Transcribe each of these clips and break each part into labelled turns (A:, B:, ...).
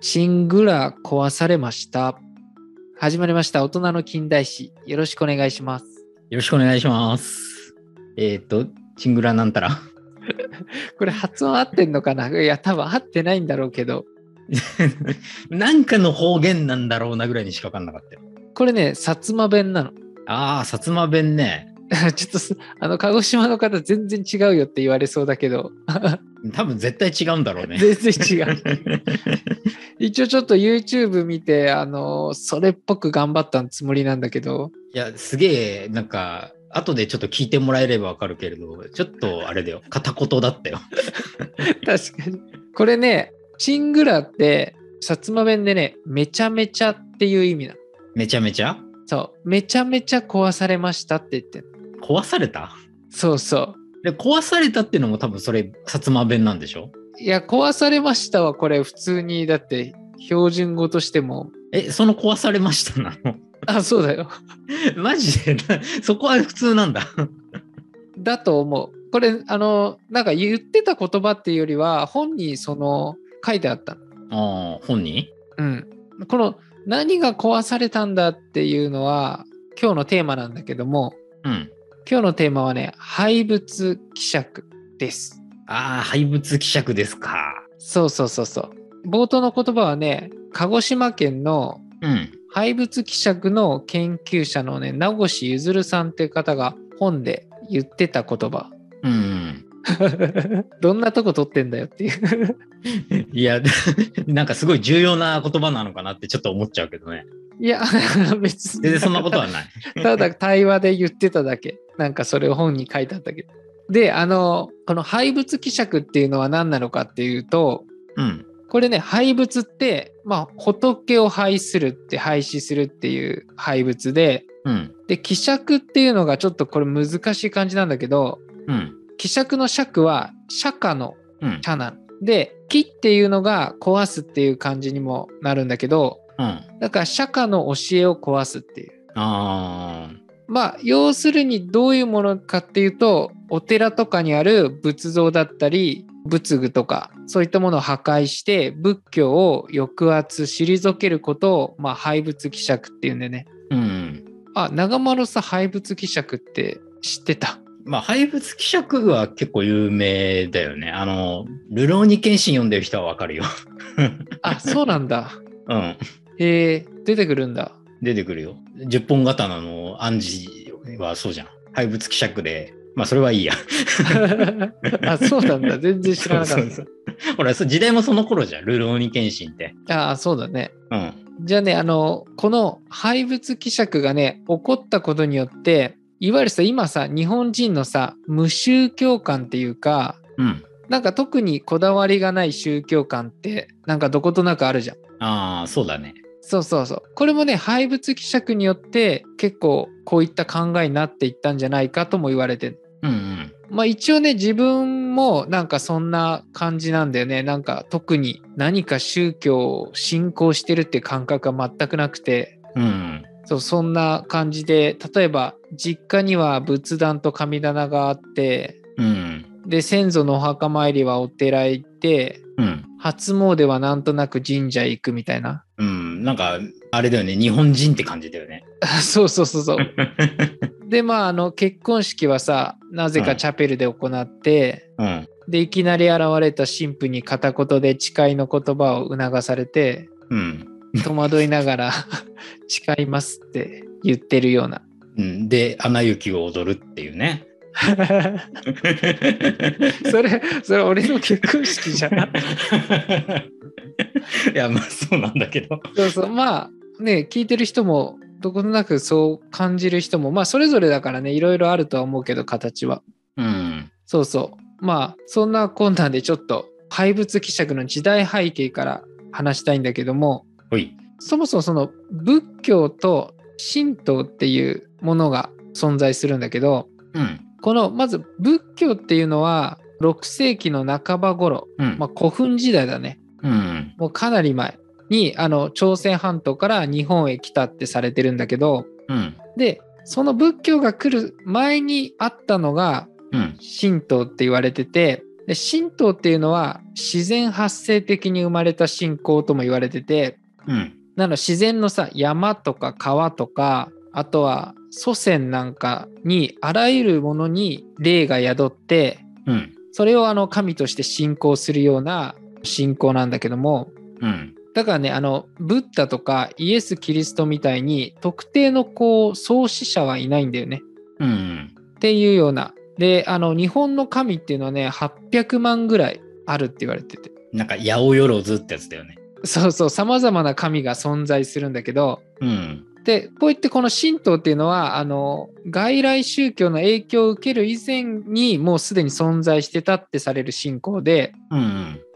A: シングラ壊されました。始まりました。大人の近代史。よろしくお願いします。
B: よろしくお願いします。えっ、と、チングラなんたら。
A: これ発音合ってんのかない や、多分合ってないんだろうけど。
B: なんかの方言なんだろうなぐらいにしかわかんなかったよ。
A: これね、薩摩弁なの。
B: ああ、薩摩弁ね。
A: ちょっとす、あの、鹿児島の方全然違うよって言われそうだけど、
B: 多分絶対違うんだろうね。
A: 全然違う。一応ちょっと YouTube 見て、あの、それっぽく頑張ったつもりなんだけど、
B: いや、すげえ、なんか、後でちょっと聞いてもらえればわかるけれど、ちょっとあれだよ、片言だったよ。
A: 確かに。これね、チングラって、薩摩弁でね、めちゃめちゃっていう意味なの。
B: めちゃめちゃ
A: そう。めちゃめちゃ壊されましたって言ってんの
B: 壊された
A: そうそ
B: で、壊されたっていうのも多分それ、薩摩弁なんでしょ
A: う。いや、壊されましたはこれ普通に、だって標準語としても、
B: え、その壊されましたなの
A: あ、そうだよ。
B: マジでそこは普通なんだ。
A: だと思う。これ、あの、なんか言ってた言葉っていうよりは、本にその書いてあったの。
B: ああ、本人
A: うん。この何が壊されたんだっていうのは、今日のテーマなんだけども、
B: うん。
A: 今日のテーマはね、廃物希釈です。
B: ああ、廃物希釈ですか。
A: そうそうそうそう。冒頭の言葉はね、鹿児島県の
B: うん。
A: 廃物希釈の研究者のね、名越譲さんっていう方が本で言ってた言 葉。
B: うん。
A: どんなとこ取ってんだよっていう。
B: いや、 なんかすごい重要な言葉なのかなってちょっと思っちゃうけどね。
A: いや、別に。
B: 全然そんなことはない。
A: ただ対話で言ってただけ。なんかそれを本に書いてあったけど。で、あの、この廃物希釈っていうのは何なのかっていうと、
B: うん。
A: これね、廃物って、まあ、仏を廃するって、廃止するっていう廃物で、
B: うん。
A: で、希釈っていうのがちょっとこれ難しい感じなんだけど、
B: うん。
A: 希釈の釈は釈迦の
B: うん。
A: 茶なの。で、木っていうのが壊すっていう感じにもなるんだけど、
B: うん。あ
A: だから釈迦の教えを壊すっていう。
B: あー。
A: まあ、要するにどういうものかっていうと、お寺とかにある仏像だったり、仏具とか、そういったものを破壊して、仏教を抑圧、退けることを、まあ、廃物希釈っていうんでね。
B: うん。
A: あ、長丸さん、廃物希釈って知ってた。
B: まあ、廃物希釈は結構有名だよね。あの、流浪に剣心読んでる人はわかるよ。
A: あ、そうなんだ。
B: うん。
A: へえ、出てくるんだ。
B: 出てくるよ。十本刀の暗示はそうじゃん。廃物希釈で。まあ、それはいいや。
A: あ、そうなんだ。全然知らなかった。
B: そうそうそうほら、そ時代もその頃じゃん。流浪に剣心って。
A: あ、そうだね。
B: うん。
A: じゃあね、あの、この廃物希釈がね、起こったことによって、いわゆるさ、今さ、日本人のさ、無宗教観っていうか、
B: うん。
A: なんか特にこだわりがない宗教観って、なんかどことなくあるじゃん。
B: ああ、そうだね。
A: そうそうそう。これもね、廃物希釈によって、結構こういった考えになっていったんじゃないかとも言われてる
B: うんうん。
A: まあ一応ね自分もなんかそんな感じなんだよねなんか特に何か宗教を信仰してるって感覚は全くなくて
B: うんうん。
A: そうそんな感じで例えば実家には仏壇と神棚があって
B: うん。
A: で先祖のお墓参りはお寺行って
B: うん。
A: 初詣はなんとなく神社行くみたいな
B: うん。なんか、あれだよね。日本人って感じだよね。
A: そうそうそうそうでまああの結婚式はさなぜかチャペルで行って、
B: うん。
A: でいきなり現れた神父に片言で誓いの言葉を促されて
B: うん。
A: 戸惑いながら 誓いますって言ってるような
B: うん、で、アナ雪を踊るっていうね。
A: それそれ俺の結婚式じゃ ん
B: いや、まあそうなんだけど。
A: そうそうまあね聞いてる人もどことなくそう感じる人もまあそれぞれだからねいろいろあるとは思うけど形は
B: うん。
A: そうそうまあそんな困難でちょっと廃物希釈の時代背景から話したいんだけども
B: ほい。
A: そもそもその仏教と神道っていうものが存在するんだけど
B: うん。
A: このまず仏教っていうのは6世紀の半ば頃、
B: うん。
A: まあ、古墳時代だね
B: うん。
A: もうかなり前にあの朝鮮半島から日本へ来たってされてるんだけど
B: うん。
A: でその仏教が来る前にあったのが
B: うん。
A: 神道って言われててで神道っていうのは自然発生的に生まれた信仰とも言われてて
B: うん。
A: なので自然のさ山とか川とかあとは祖先なんかにあらゆるものに霊が宿って
B: うん。
A: それをあの神として信仰するような信仰なんだけども
B: うん。
A: だからねあのブッダとかイエス・キリストみたいに特定のこう創始者はいないんだよね
B: うん。
A: っていうようなであの日本の神っていうのはね800万ぐらいあるって言われてて
B: なんか、八百万ってやつだよね。
A: そうそうさまざまな神が存在するんだけど
B: うん。
A: でこういってこの神道っていうのはあの外来宗教の影響を受ける以前にもうすでに存在してたってされる信仰で、
B: うん。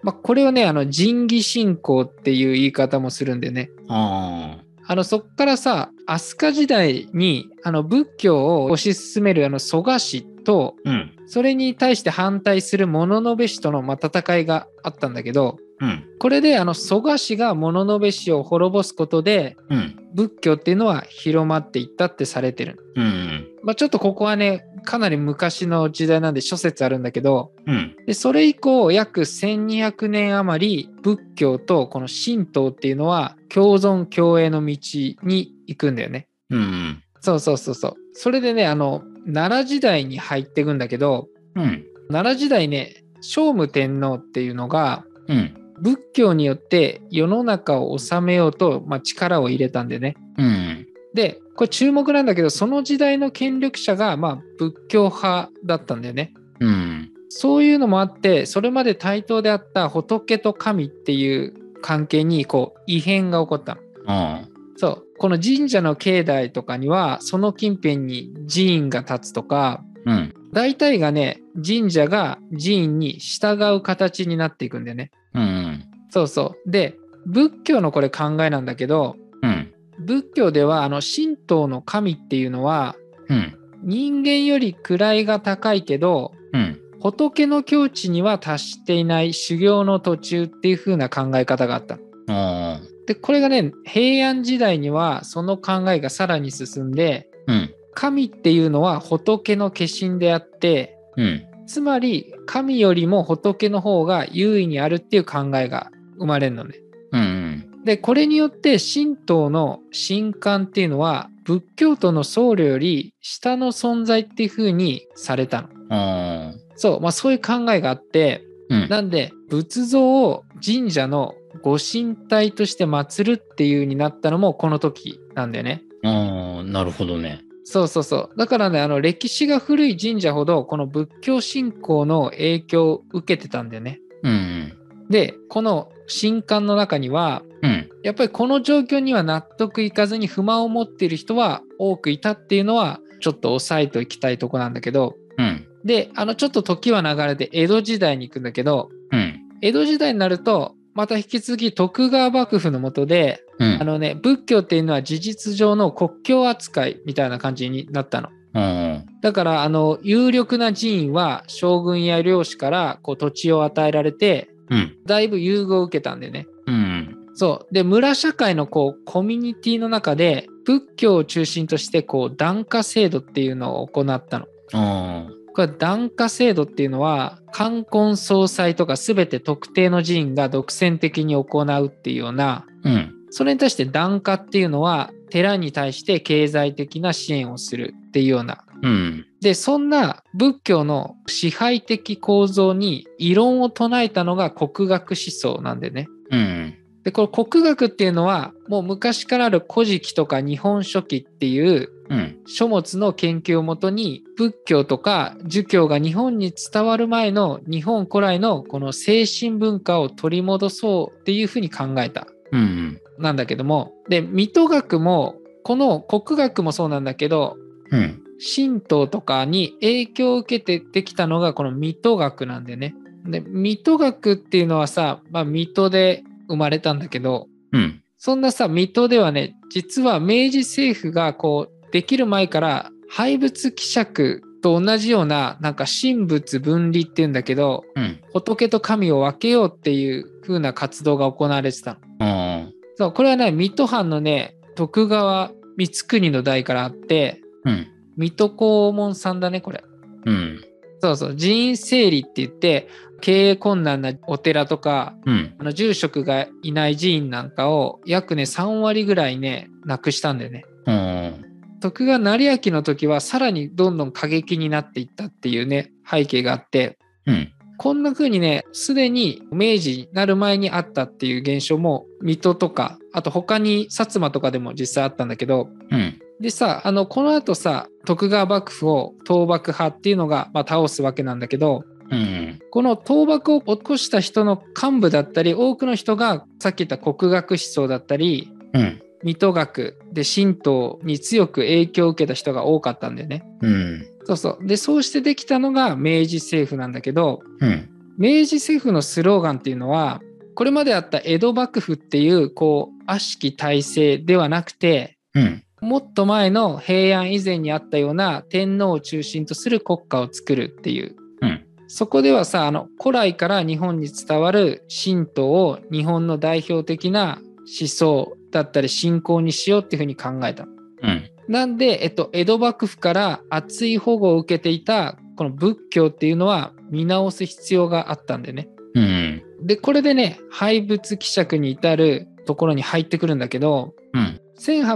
A: まあ、これをねあの神義信仰っていう言い方もするんでね
B: あ
A: あのそっからさ飛鳥時代にあの仏教を推し進めるあの蘇我氏と
B: あ。うん。
A: それに対して反対する物部氏との、まあ、戦いがあったんだけど
B: うん。
A: これであの蘇我氏が物部氏を滅ぼすことで
B: うん。
A: 仏教っていうのは広まっていったってされてる。
B: うん。
A: まあ、ちょっとここはねかなり昔の時代なんで諸説あるんだけど
B: うん。
A: でそれ以降約1200年余り仏教とこの神道っていうのは共存共栄の道に行くんだよね。
B: うん。
A: そうそうそうそう。それでねあの奈良時代に入っていくんだけど
B: うん。
A: 奈良時代ね聖武天皇っていうのが
B: うん。
A: 仏教によって世の中を治めようと、まあ、力を入れたんでね。
B: うん。
A: でこれ注目なんだけどその時代の権力者が、まあ、仏教派だったんだよね。
B: うん。
A: そういうのもあってそれまで対等であった仏と神っていう関係にこう異変が起こったの。
B: ああ。
A: そうこの神社の境内とかにはその近辺に寺院が建つとか
B: うん。
A: 大体がね神社が寺院に従う形になっていくんだよね。
B: うん。
A: そうそうで仏教のこれ考えなんだけど
B: うん。
A: 仏教ではあの神道の神っていうのは
B: うん。
A: 人間より位が高いけど
B: うん。
A: 仏の境地には達していない修行の途中っていう風な考え方があった。
B: ああ。
A: でこれがね平安時代にはその考えがさらに進んで
B: うん。
A: 神っていうのは仏の化身であって
B: うん。
A: つまり神よりも仏の方が優位にあるっていう考えが生まれるのね。
B: うん。
A: でこれによって神道の神官っていうのは仏教徒の僧侶より下の存在っていう風にされたの。
B: ああ。
A: そう、まあ、そういう考えがあって
B: うん。
A: なんで仏像を神社のご神体として祀るっていうになったのもこの時なんだよね。
B: ああ、なるほどね。
A: そうそうそうだからねあの歴史が古い神社ほどこの仏教信仰の影響を受けてたんだよね。
B: うん。
A: でこの神官の中には
B: うん。
A: やっぱりこの状況には納得いかずに不満を持っている人は多くいたっていうのはちょっと抑えておきたいとこなんだけど
B: うん。
A: であのちょっと時は流れて江戸時代に行くんだけど
B: うん。
A: 江戸時代になるとまた引き続き徳川幕府の下で
B: うん。
A: あのね仏教っていうのは事実上の国教扱いみたいな感じになったの。
B: あ
A: だからあの有力な寺院は将軍や領主からこう土地を与えられて
B: あ。うん。
A: だいぶ優遇を受けたんだよね。
B: うん。
A: そうで村社会のこうコミュニティの中で仏教を中心としてこう檀家制度っていうのを行ったの。
B: ああ。
A: これは檀家制度っていうのは冠婚葬祭とか全て特定の寺院が独占的に行うっていうような
B: うん。
A: それに対して檀家っていうのは寺に対して経済的な支援をするっていうような。
B: うん。
A: でそんな仏教の支配的構造に異論を唱えたのが国学思想なんでね。
B: うん。
A: でこれ国学っていうのはもう昔からある「古事記」とか「日本書紀」っていう
B: うん。
A: 書物の研究をもとに仏教とか儒教が日本に伝わる前の日本古来のこの精神文化を取り戻そうっていうふうに考えた
B: うん。
A: なんだけどもで水戸学もこの国学もそうなんだけど
B: うん。
A: 神道とかに影響を受けてできたのがこの水戸学なんでね。で水戸学っていうのはさ、まあ、水戸で生まれたんだけど
B: うん。
A: そんなさ、水戸ではね、実は明治政府がこう、できる前から、廃仏希釈と同じような、なんか神仏分離っていうんだけど、
B: うん。
A: 仏と神を分けようっていう風な活動が行われてたの。
B: ああ。
A: そう、これはね、水戸藩のね、徳川光圀の代からあって、
B: うん。
A: 水戸黄門さんだね、これ。
B: うん。
A: そうそう寺院整理って言って経営困難なお寺とか
B: うん。
A: あの住職がいない寺院なんかを約ね3割ぐらいねなくしたんだよね。
B: うん。
A: 徳川成明の時はさらにどんどん過激になっていったっていうね背景があって
B: うん。
A: こんな風にねすでに明治になる前にあったっていう現象も水戸とかあと他に薩摩とかでも実際あったんだけど
B: うん。
A: でさあのこの後さ徳川幕府を倒幕派っていうのが、まあ、倒すわけなんだけど
B: うん。
A: この倒幕を起こした人の幹部だったり多くの人がさっき言った国学思想だったり
B: うん。
A: 水戸学で神道に強く影響を受けた人が多かったんだよね。
B: うん。
A: そうそう。で、そうしてできたのが明治政府なんだけど、
B: うん。
A: 明治政府のスローガンっていうのは、これまであった江戸幕府っていう、こう、悪しき体制ではなくて、
B: うん。
A: もっと前の平安以前にあったような天皇を中心とする国家を作るっていう。
B: うん
A: そこではさ、あの、古来から日本に伝わる神道を日本の代表的な思想だったり信仰にしようっていうふうに考えた。
B: うん。
A: なんで、えっと、江戸幕府から厚い保護を受けていたこの仏教っていうのは見直す必要があったんでね。
B: うん。
A: でこれでね廃仏希釈に至るところに入ってくるんだけど
B: うん。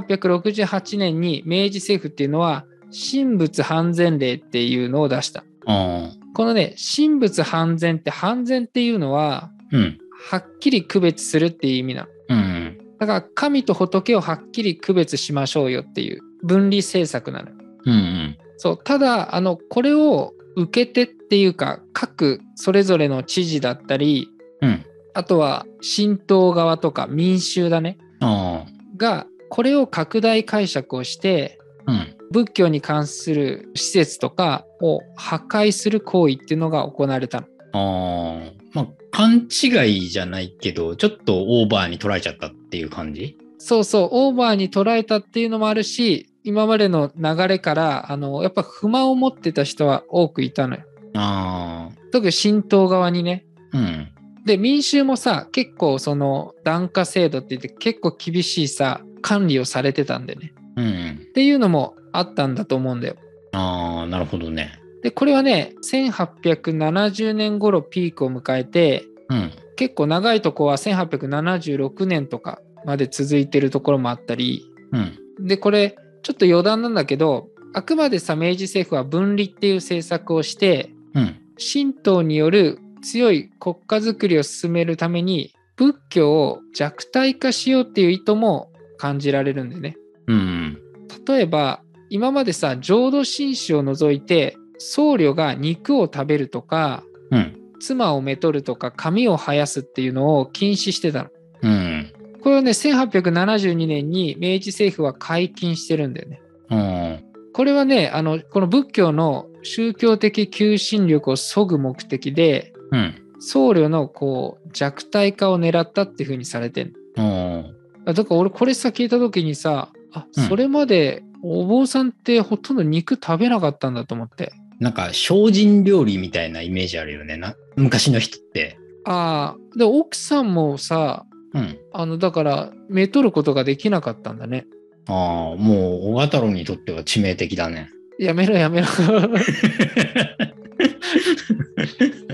A: 1868年に明治政府っていうのは神仏判然令っていうのを出した。
B: ああ。
A: このね神仏判然って判然っていうのは
B: うん。
A: はっきり区別するっていう意味なの。
B: うん。
A: だから神と仏をはっきり区別しましょうよっていう分離政策なの。
B: うん。
A: そうただあのこれを受けてっていうか各それぞれの知事だったり
B: うん。
A: あとは神道側とか民衆だね
B: あ
A: がこれを拡大解釈をして
B: あ。うん。
A: 仏教に関する施設とかを破壊する行為っていうのが行われたの。
B: ああ。まあ、勘違いじゃないけど、ちょっとオーバーに捉えちゃったっていう感じ
A: そうそうオーバーに捉えたっていうのもあるし今までの流れからあのやっぱ不満を持ってた人は多くいたのよ。
B: あ
A: 特に神道側にね
B: あ。うん。
A: で民衆もさ結構その檀家制度って言って結構厳しいさ管理をされてたんでね
B: うん。
A: っていうのもあったんだと思うんだよ。
B: ああ、なるほどね。
A: でこれはね1870年頃ピークを迎えて
B: うん。
A: 結構長いとこは1876年とかまで続いてるところもあったり
B: うん。
A: でこれちょっと余談なんだけどあくまでさ明治政府は分離っていう政策をして
B: うん。
A: 神道による強い国家づくりを進めるために仏教を弱体化しようっていう意図も感じられるんでね
B: うん。
A: 例えば今までさ浄土真宗を除いて僧侶が肉を食べるとか
B: うん。
A: 妻をめとるとか髪を生やすっていうのを禁止してたの
B: うん。
A: これをね1872年に明治政府は解禁してるんだよね
B: うん。
A: これはねあのこの仏教の宗教的求心力を削ぐ目的で
B: うん。
A: 僧侶のこう弱体化を狙ったっていう風にされてん
B: うん。
A: だから俺これさ聞いた時にさあ
B: うん
A: それまでお坊さんってほとんど肉食べなかったんだと思って、
B: なんか精進料理みたいなイメージあるよねな昔の人って。
A: ああで奥さんもさ
B: うん、
A: あのだからめとることができなかったんだね
B: ああもう小型太郎にとっては致命的だ ね。
A: やめろやめろ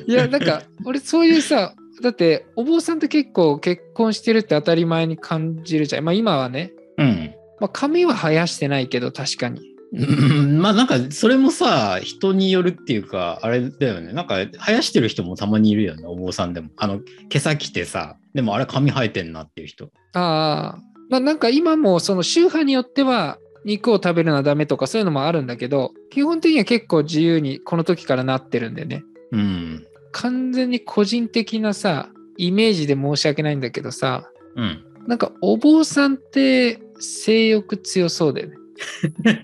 A: いやなんか俺そういうさだってお坊さんって結構結婚してるって当たり前に感じるじゃんまあ今はね、
B: うん、
A: まあ、髪は生やしてないけど確かに
B: うんまあなんかそれもさ人によるっていうかあれだよねなんか生やしてる人もたまにいるよねお坊さんでもあの毛先てさでもあれ髪生えてんなっていう人。
A: ああ、まあなんか今もその宗派によっては肉を食べるのはダメとかそういうのもあるんだけど、基本的には結構自由にこの時からなってるんでね。
B: うん
A: 完全に個人的なさ、イメージで申し訳ないんだけどさ、
B: うん、
A: なんかお坊さんって性欲強そうだよ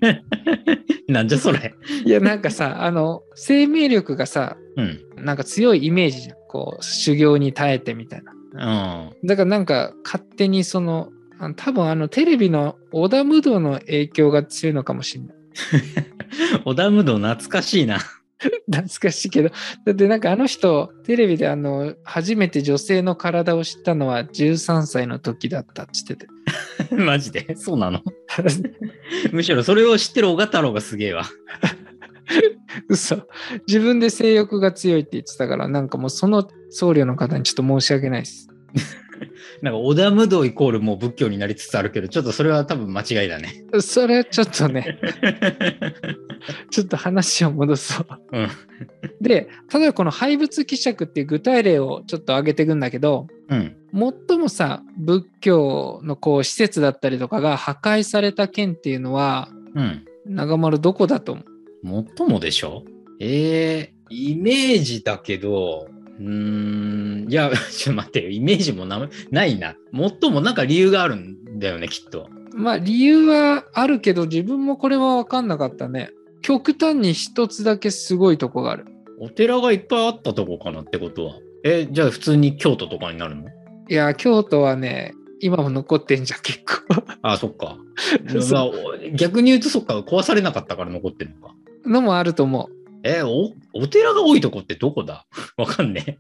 A: ね。
B: なんじゃそれ。
A: いやなんかさ、あの生命力がさ、
B: うん
A: なんか強いイメージじゃん。こう修行に耐えてみたいな。
B: うん
A: だからなんか勝手にその、あの多分あのテレビの織田無道の影響が強いのかもしれない。
B: 織田無道懐かしいな。
A: 懐かしいけど、だってなんかあの人、テレビであの、初めて女性の体を知ったのは13歳の時だったって言ってて。
B: マジでそうなのむしろそれを知ってる小太郎がすげえわ。
A: 嘘自分で性欲が強いって言ってたからなんかもうその僧侶の方にちょっと申し訳ないです
B: なんか織田無道イコールもう仏教になりつつあるけど、ちょっとそれは多分間違いだね。
A: それはちょっとね ちょっと話を戻そう
B: うん。
A: で例えばこの廃仏希釈っていう具体例をちょっと挙げていくんだけど
B: うん。
A: 最もさ仏教のこう施設だったりとかが破壊された県っていうのは
B: うん。
A: 長丸どこだと思う
B: もっともでしょえー、イメージだけど、うーん、いや、 ちょっと待ってよ。イメージもなないな。もっともなんか理由があるんだよね、きっと。
A: まあ理由はあるけど自分もこれは分かんなかったね極端に一つだけすごいとこがある
B: お寺がいっぱいあったとこかなってことは。え、じゃあ普通に京都とかになるの
A: いや京都はね今も残ってんじゃん結構
B: あそっか
A: そう。
B: まあ逆に言うとそっか、壊されなかったから残ってるのか。
A: のもあると思う
B: えお、お寺が多いとこってどこだ わかんね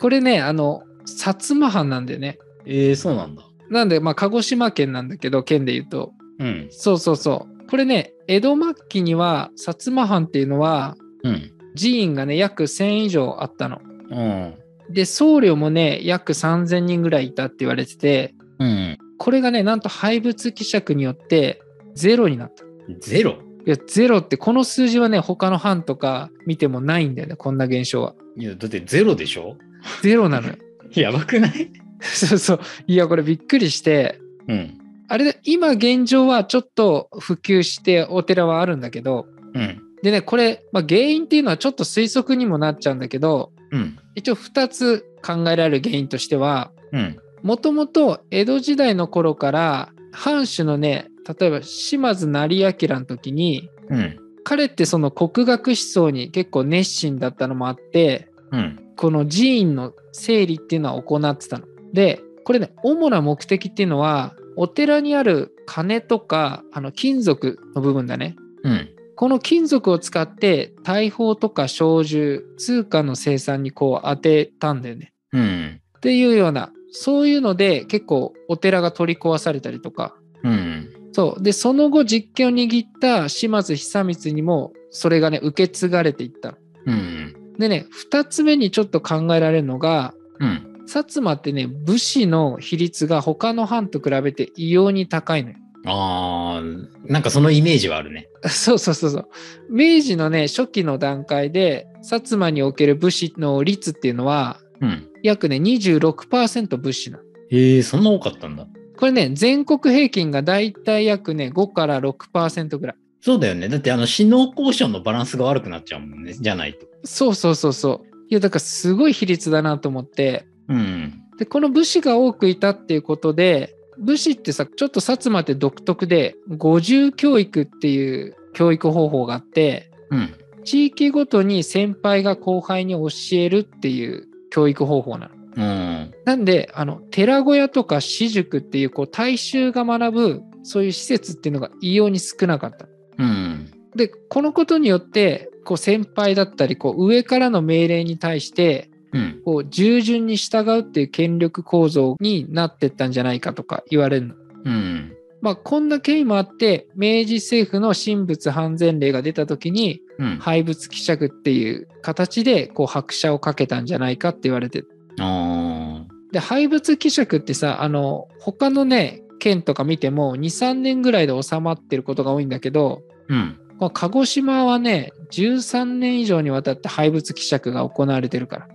A: これねあの薩摩藩なんでね
B: え。えー、そうなんだ。
A: なんでまあ鹿児島県なんだけど県で言うと
B: うん。
A: そうそうそうこれね江戸末期には薩摩藩っていうのは
B: うん。
A: 寺院がね約1000以上あったの
B: うん。
A: で僧侶もね約3000人ぐらいいたって言われてて
B: うん。
A: これがねなんと廃仏希釈によってゼロになったい
B: ゼロ
A: やゼロってこの数字はね他の藩とか見てもないんだよねこんな現象はい
B: や、だってゼロでしょ
A: ゼロなのよ
B: やばくない
A: そうそういやこれびっくりして
B: うん。
A: あれだ今現状はちょっと普及してお寺はあるんだけど
B: うん。
A: でねこれ、まあ、原因っていうのはちょっと推測にもなっちゃうんだけど
B: うん。
A: 一応2つ考えられる原因としては
B: うん。
A: もともと江戸時代の頃から藩主のね例えば島津成明の時に
B: うん。
A: 彼ってその国学思想に結構熱心だったのもあって
B: うん。
A: この寺院の整理っていうのは行ってたの。でこれね主な目的っていうのはお寺にある金とかあの金属の部分だね
B: うん。
A: この金属を使って大砲とか小銃通貨の生産にこう当てたんだよね。
B: うん。
A: っていうようなそういうので結構お寺が取り壊されたりとか
B: うん。
A: そうでその後実権を握った島津久光にもそれがね受け継がれていったの
B: うん。
A: でね2つ目にちょっと考えられるのが
B: うん。
A: 薩摩ってね武士の比率が他の藩と比べて異様に高いのよ。
B: あー、なんかそのイメージはあるね。
A: そうそうそうそう。明治のね初期の段階で薩摩における武士の率っていうのは
B: うん。
A: 約ね26%武士なの
B: へえー、そんな多かったんだ。
A: これね、全国平均がだいたい約ね、5から6%ぐらい。
B: そうだよね。だってあの、死能交渉のバランスが悪くなっちゃうもんね。じゃないと。
A: そうそうそうそう。いや、だからすごい比率だなと思って。
B: うん。
A: で、この武士が多くいたっていうことで、武士ってさ、ちょっと薩摩って独特で、五重教育っていう教育方法があって、
B: うん。
A: 地域ごとに先輩が後輩に教えるっていう教育方法なの。
B: うん。
A: なんで、あの、寺小屋とか私塾っていう、こう、大衆が学ぶ、そういう施設っていうのが異様に少なかった。
B: うん。
A: でこのことによってこう先輩だったりこう上からの命令に対して
B: うん。
A: こう従順に従うっていう権力構造になってったんじゃないかとか言われるの。
B: うん。
A: まあ、こんな経緯もあって明治政府の神仏判然令が出た時に
B: うん。
A: 廃仏希釈っていう形でこう拍車をかけたんじゃないかって言われてる
B: あ
A: で廃仏希釈ってさあの他のね県とか見ても23年ぐらいで収まってることが多いんだけど
B: ー。うん。
A: まあ、鹿児島はね13年以上にわたって廃仏希釈が行われてるから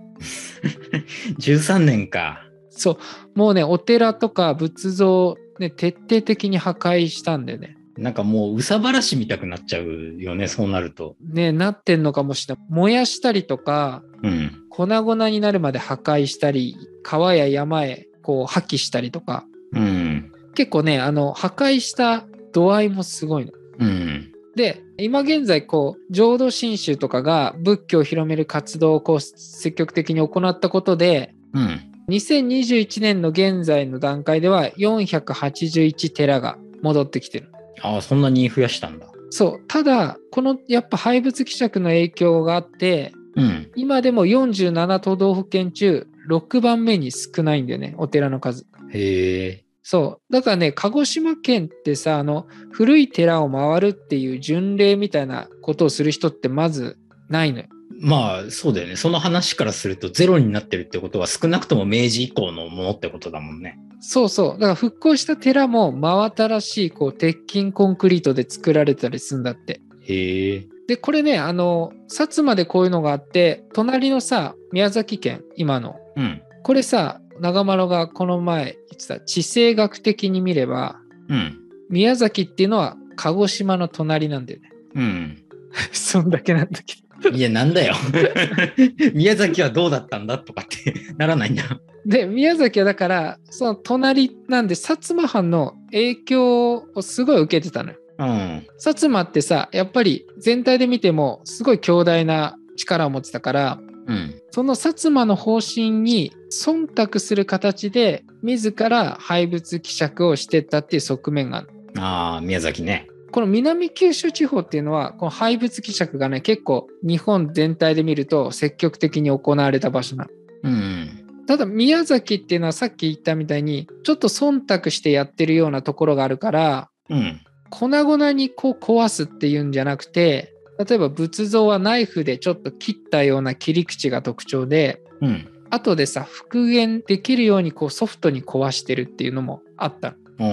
B: 13年か。
A: そうもうねお寺とか仏像をね、徹底的に破壊したんだよね。
B: なんかもう、うさばらしみたくなっちゃうよね、そうなると。
A: ねなってんのかもしれない燃やしたりとか
B: うん。
A: 粉々になるまで破壊したり川や山へこう破棄したりとか
B: うん。
A: 結構ねあの破壊した度合いもすごいの。
B: うん。
A: で今現在こう浄土真宗とかが仏教を広める活動をこう積極的に行ったことで
B: うん。
A: 2021年の現在の段階では481寺が戻ってきてる。
B: ああ、そんなに増やしたんだ。
A: そう。ただ、このやっぱ廃仏希釈の影響があって、
B: うん。
A: 今でも47都道府県中6番目に少ないんだよね、お寺の数。
B: へえ。
A: そう。だからね、鹿児島県ってさ、あの、古い寺を回るっていう巡礼みたいなことをする人ってまずないのよ。
B: まあそうだよね。その話からするとゼロになってるってことは少なくとも明治以降のものってことだもんね。
A: そうそう。だから復興した寺も真新しい、こう、鉄筋コンクリートで作られたりするんだって。
B: へえ。
A: で、これね、あの、薩摩でこういうのがあって、隣のさ、宮崎県、今の。
B: うん。
A: これさ、長丸がこの前言ってた、地政学的に見れば、
B: うん。
A: 宮崎っていうのは鹿児島の隣なんだよね。
B: うん。
A: そんだけなんだけど。
B: いや、なんだよ。 宮崎はどうだったんだとかって ならないんだ。
A: で宮崎はだからその隣なんで薩摩藩の影響をすごい受けてたのよ。
B: うん。
A: 薩摩ってさやっぱり全体で見てもすごい強大な力を持ってたから
B: うん。
A: その薩摩の方針に忖度する形で自ら廃仏希釈をしてったっていう側面がある。
B: ああ、宮崎ね。
A: この南九州地方っていうのはこの廃仏希釈がね結構日本全体で見ると積極的に行われた場所なの
B: うん。
A: ただ宮崎っていうのはさっき言ったみたいにちょっと忖度してやってるようなところがあるから
B: うん。
A: 粉々にこう壊すっていうんじゃなくて例えば仏像はナイフでちょっと切ったような切り口が特徴で
B: うん。
A: 後でさ復元できるようにこうソフトに壊してるっていうのもあったの
B: う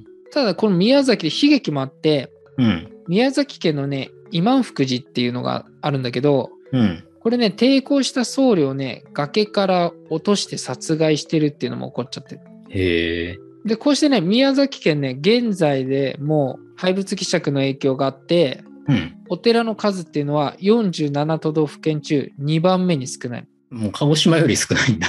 B: ん。
A: ただこの宮崎で悲劇もあって
B: うん。
A: 宮崎県のね今福寺っていうのがあるんだけど
B: うん。
A: これね抵抗した僧侶をね崖から落として殺害してるっていうのも起こっちゃって
B: へえ。
A: で、こうしてね、宮崎県ね、現在でもう廃仏希釈の影響があって、
B: うん。
A: お寺の数っていうのは47都道府県中2番目に少ない。
B: もう鹿児島より少ないんだ。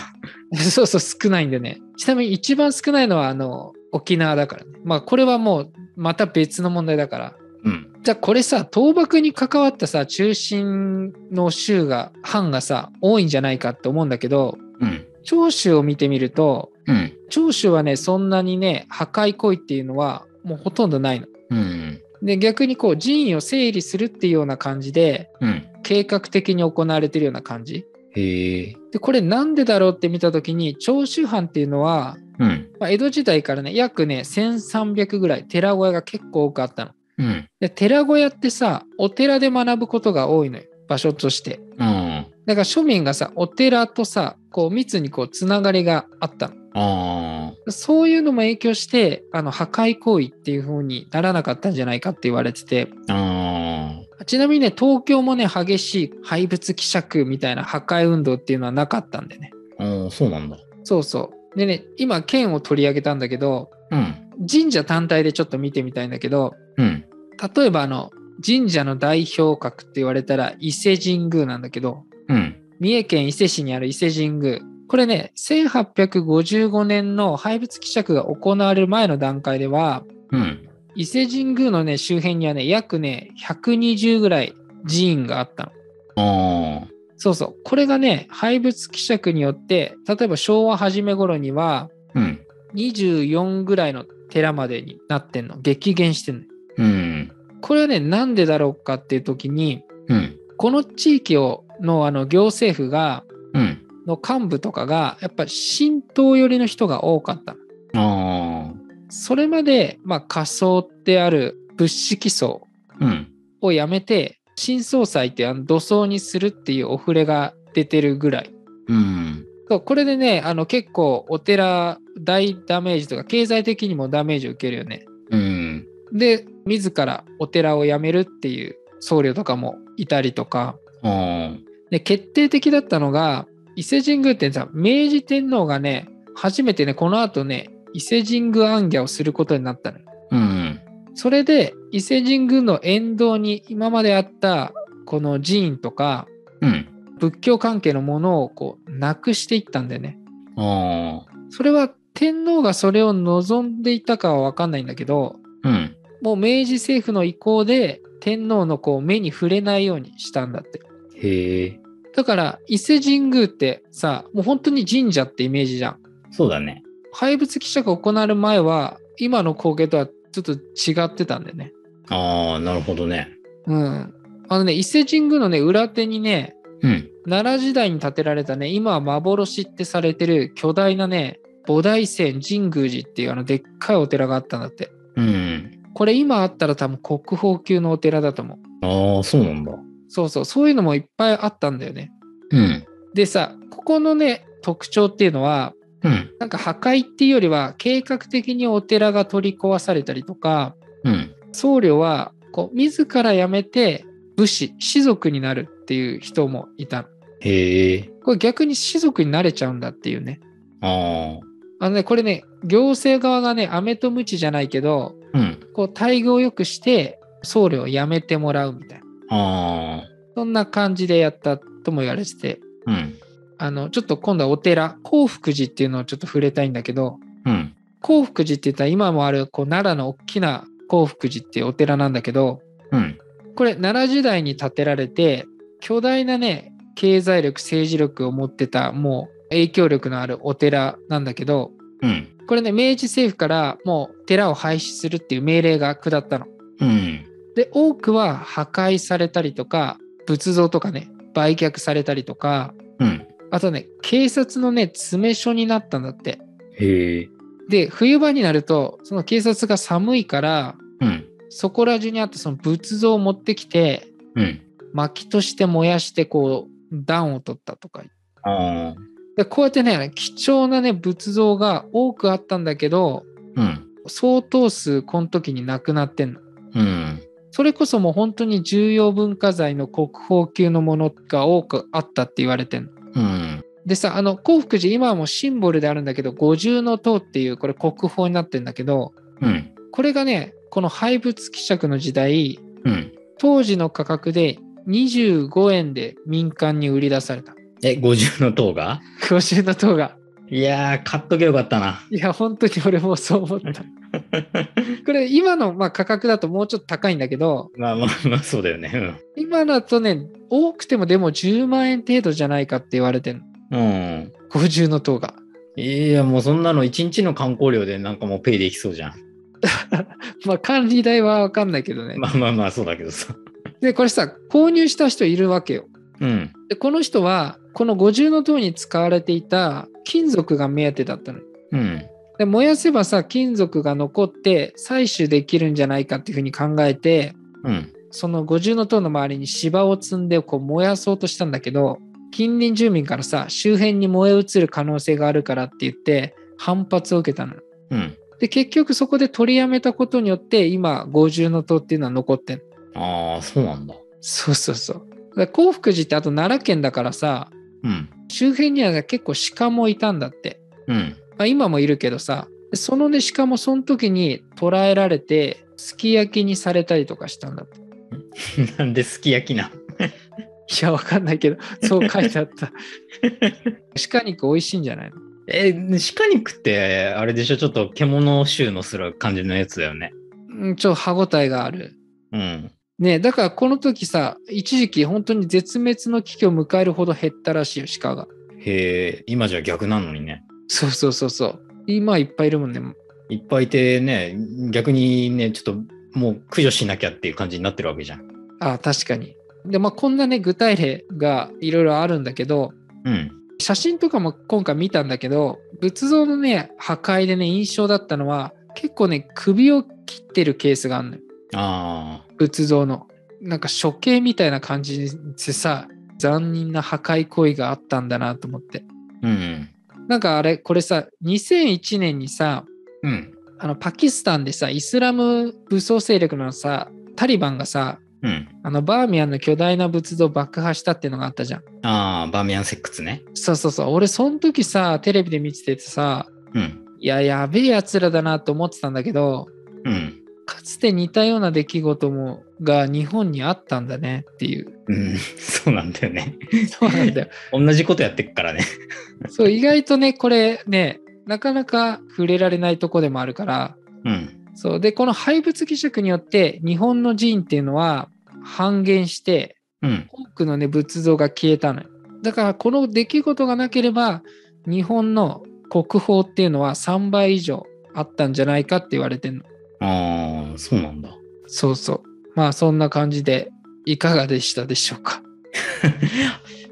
A: そうそう、少ないんでね。ちなみに一番少ないのは、あの、沖縄だからね。まあ、これはもう、また別の問題だから。
B: うん。
A: じゃあ、これさ、倒幕に関わったさ、中心の州が、藩がさ、多いんじゃないかって思うんだけど、
B: うん。
A: 長州を見てみると、
B: うん。
A: 長州はね、そんなにね、破壊行為っていうのは、もうほとんどないの。
B: うん。
A: で逆にこう人員を整理するっていうような感じで
B: うん。
A: 計画的に行われてるような感じ
B: へえ。
A: でこれなんでだろうって見た時に長州藩っていうのは、
B: うん。
A: まあ、江戸時代からね約ね1300ぐらい寺小屋が結構多くあったの。
B: うん。
A: で寺小屋ってさお寺で学ぶことが多いのよ場所として。
B: うん。
A: だから庶民がさお寺とさこう密にこうつながりがあったの。
B: ああ。
A: そういうのも影響してあの破壊行為っていう風にならなかったんじゃないかって言われてて。
B: あ
A: ちなみにね、東京もね、激しい廃物希釈みたいな破壊運動っていうのはなかったんでね。
B: あ。うん。そうなんだ。
A: そうそう。でね、今、県を取り上げたんだけど、
B: うん。
A: 神社単体でちょっと見てみたいんだけど、
B: うん。
A: 例えばあの、神社の代表格って言われたら伊勢神宮なんだけど、
B: うん。
A: 三重県伊勢市にある伊勢神宮。これね、1855年の廃物希釈が行われる前の段階では、
B: うん。
A: 伊勢神宮のね、周辺にはね、約ね、120ぐらい寺院があったの。
B: ああ。
A: そうそう。これがね、廃物希釈によって、例えば昭和初め頃には、
B: うん。
A: 24ぐらいの寺までになってんの。激減してんの。
B: うん。
A: これはね、なんでだろうかっていう時に、
B: うん。
A: この地域をのあの行政府が、
B: うん。
A: の幹部とかが、やっぱ神道寄りの人が多かったの。
B: あ
A: それまで、まあ、仮想ってある物資基礎
B: あ。うん。
A: をやめて、新総裁ってあの土葬にするっていうお触れが出てるぐらい。
B: うん。
A: そうこれでねあの結構お寺大ダメージとか経済的にもダメージを受けるよね
B: うん。
A: で自らお寺を辞めるっていう僧侶とかもいたりとか
B: あ
A: で決定的だったのが伊勢神宮ってさ明治天皇がね初めてねこの後ね伊勢神宮行脚をすることになったのよ
B: あ。うん。
A: それで伊勢神宮の沿道に今まであったこの寺院とか
B: うん。
A: 仏教関係のものをこうなくしていったんだよね
B: ああ。
A: それは天皇がそれを望んでいたかは分かんないんだけど
B: うん。
A: もう明治政府の意向で天皇のこう目に触れないようにしたんだって
B: へえ。
A: だから伊勢神宮ってさもう本当に神社ってイメージじゃん
B: そうだね。
A: 廃仏希釈が行われる前は今の光景とはちょっと違ってたんだよね
B: ああ、なるほどね。
A: うんあのね伊勢神宮のね裏手にね
B: うん。
A: 奈良時代に建てられたね今は幻ってされてる巨大なね菩提仙神宮寺っていうあのでっかいお寺があったんだって。
B: うん。
A: これ今あったら多分国宝級のお寺だと思う。
B: ああ、そうなんだ。
A: そうそう、そういうのもいっぱいあったんだよね。
B: うん。
A: でさ、ここのね、特徴っていうのは、
B: うん。
A: なんか破壊っていうよりは、計画的にお寺が取り壊されたりとか、
B: うん。
A: 僧侶はこう自ら辞めて武士、士族になるっていう人もいた。
B: へえ。
A: これ逆に士族になれちゃうんだっていうね。
B: ああ。
A: あのね、これね、行政側がね、飴と鞭じゃないけど、
B: うん。
A: こう待遇を良くして僧侶を辞めてもらうみたいな。
B: ああ。
A: そんな感じでやったとも言われてて、
B: うん。
A: あの、ちょっと今度はお寺、興福寺っていうのをちょっと触れたいんだけど、
B: うん。
A: 興福寺って言ったら今もあるこう奈良の大きな興福寺っていうお寺なんだけど、
B: うん。
A: これ奈良時代に建てられて、巨大なね、経済力、政治力を持ってた、もう影響力のあるお寺なんだけど、
B: うん。
A: これね、明治政府からもう寺を廃止するっていう命令が下ったの。
B: うん。
A: で、多くは破壊されたりとか、仏像とかね、売却されたりとか、
B: うん。
A: あとね、警察のね、詰め所になったんだって。
B: へえ。
A: で、冬場になると、その警察が寒いから、
B: うん。
A: そこら中にあったその仏像を持ってきて、
B: うん。
A: 薪として燃やして、こう、暖を取ったとか。
B: ああ。
A: で、こうやってね、貴重なね、仏像が多くあったんだけど、
B: うん。
A: 相当数この時になくなってんの。
B: うん。
A: それこそもう本当に重要文化財の国宝級のものが多くあったって言われてんの。
B: うん。
A: でさ、あの、興福寺、今はもうシンボルであるんだけど、五重の塔っていう、これ国宝になってんだけど、
B: うん。
A: これがね、この廃仏希釈の時代、
B: うん。
A: 当時の価格で25円で民間に売り出された。
B: え、50の塔が
A: 五重の塔が。
B: いやー、買っとけよかったな。
A: いや、本当に俺もそう思 った。これ、今のまあ価格だともうちょっと高いんだけど、
B: まあまあまあ、そうだよね。
A: 今だとね、多くてもでも10万円程度じゃないかって言われてんの。
B: うん。うん
A: 五重の塔が。
B: いや、もうそんなの一日の観光料でなんかもうペイできそうじゃん。
A: まあ管理代はわかんないけどね。
B: まあまあまあ、そうだけどさ。
A: で、これさ、購入した人いるわけよ。
B: うん。
A: で、この人は、この五重の塔に使われていた金属が目当てだったの。
B: うん。
A: で、燃やせばさ、金属が残って採取できるんじゃないかっていうふうに考えて、
B: うん。
A: その五重の塔の周りに芝を積んでこう燃やそうとしたんだけど、近隣住民からさ、周辺に燃え移る可能性があるからって言って、反発を受けたの。
B: うん。
A: で、結局そこで取りやめたことによって、今、五重の塔っていうのは残ってんの
B: ああ、そうなんだ。
A: そうそうそう。だから興福寺ってあと奈良県だからさ、
B: うん。
A: 周辺には結構鹿もいたんだって。
B: うん。
A: まあ、今もいるけどさ、そのね、鹿もその時に捕らえられて、すき焼きにされたりとかしたんだって。
B: なんですき焼きな。
A: いや、わかんないけど、そう書いてあった。鹿肉美味しいんじゃないの
B: え、鹿肉って、あれでしょ、ちょっと獣臭のする感じのやつだよね。
A: うん、ちょ、歯ごたえがある。
B: うん。
A: ねだからこの時さ、一時期本当に絶滅の危機を迎えるほど減ったらしいよ、鹿が。
B: へえ、今じゃ逆なのにね。
A: そうそうそうそう。今いっぱいいるもんね。
B: いっぱいいてね、逆にね、ちょっともう駆除しなきゃっていう感じになってるわけじゃん。
A: あ確かに。で、まあ、こんなね、具体例がいろいろあるんだけど、
B: うん。
A: 写真とかも今回見たんだけど、仏像のね、破壊でね、印象だったのは、結構ね、首を切ってるケースがあるのよ。
B: ああ。
A: 仏像の。なんか処刑みたいな感じでさ、残忍な破壊行為があったんだなと思って。
B: うん。
A: なんかあれ、これさ、2001年にさ、
B: うん。
A: あの、パキスタンでさ、イスラム武装勢力のさ、タリバンがさ、
B: うん。
A: あの、バーミヤンの巨大な仏像を爆破したっていうのがあったじゃん。
B: ああ、バーミヤンセックスね。
A: そうそうそう。俺、その時さ、テレビで見ててさ、
B: うん。
A: いや、やべえやつらだなと思ってたんだけど、
B: うん。
A: かつて似たような出来事もが日本にあったんだねっていう。
B: うん。そうなんだよね。
A: そうなんだよ。
B: 同じことやってっからね。
A: そう、意外とね、これね、なかなか触れられないとこでもあるから、
B: うん。
A: そう。で、この廃仏希釈によって、日本の寺院っていうのは半減して、
B: うん。
A: 多くのね、仏像が消えたのよ。だから、この出来事がなければ、日本の国宝っていうのは3倍以上あったんじゃないかって言われてんの。
B: ああ、そうなんだ。
A: そうそう。まあ、そんな感じで、いかがでしたでしょうか。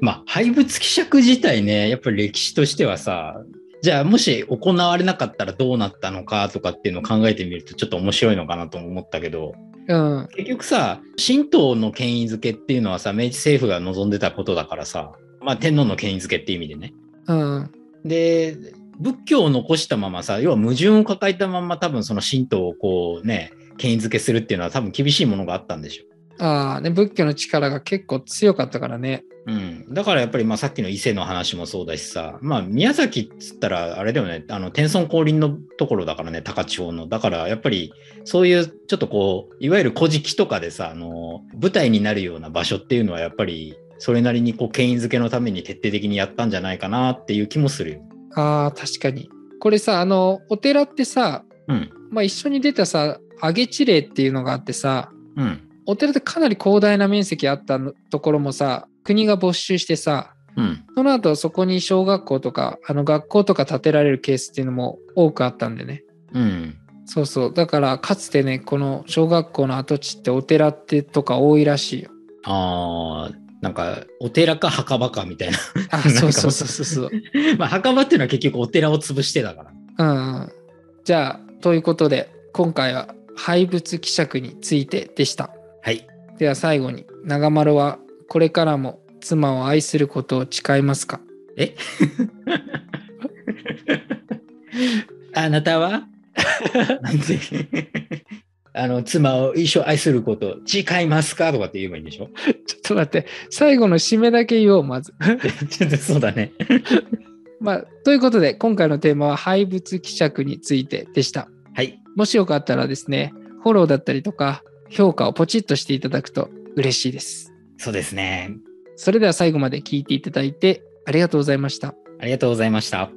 B: まあ、廃仏希釈自体ね、やっぱり歴史としてはさ、じゃあもし行われなかったらどうなったのかとかっていうのを考えてみるとちょっと面白いのかなとも思ったけど
A: うん、
B: 結局さ神道の権威づけっていうのはさ明治政府が望んでたことだからさ、まあ、天皇の権威づけって意味でね
A: うん、
B: で仏教を残したままさ要は矛盾を抱えたまま多分その神道をこうね権威づけするっていうのは多分厳しいものがあったんでしょ
A: ああ、ね、仏教の力が結構強かったからね。
B: うん、だからやっぱりまあさっきの伊勢の話もそうだしさ、まあ、宮崎っつったらあれだよねあの天孫降臨のところだからね高千穂のだからやっぱりそういうちょっとこういわゆる「古事記」とかでさあの舞台になるような場所っていうのはやっぱりそれなりにこう権威づけのために徹底的にやったんじゃないかなっていう気もするよ。
A: ああ、確かに。これさ、あの、お寺ってさ、
B: うん、
A: まあ、一緒に出たさ、揚げ地霊っていうのがあってさ、
B: うん、
A: お寺ってかなり広大な面積あったのところもさ、国が没収してさ、
B: うん、
A: その後そこに小学校とか、あの学校とか建てられるケースっていうのも多くあったんでね。
B: うん、
A: そうそう。だから、かつてね、この小学校の跡地ってお寺ってとか多いらしい よ。
B: あーなんかお寺か墓場かみたいな
A: あ、
B: なんか
A: そうそうそうそうそう。
B: まあ墓場っていうのは結局お寺を潰してだか
A: う
B: ら。
A: んうん。じゃあ、ということで、今回は廃仏希釈についてでした。
B: はい
A: では最後に、長丸はこれからも妻を愛することを誓いますか
B: あなたはなんて あの妻を一生愛すること誓いますかとかって言えばいいんでしょ
A: ちょっと待って、最後の締めだけ言おう、まず。
B: ちょっとそうだね。
A: まあ、ということで、今回のテーマは廃仏希釈についてでした。
B: はい。
A: もしよかったらですね、フォローだったりとか、評価をポチッとしていただくと嬉しいです。
B: そうですね。
A: それでは最後まで聞いていただいてありがとうございました。
B: ありがとうございました。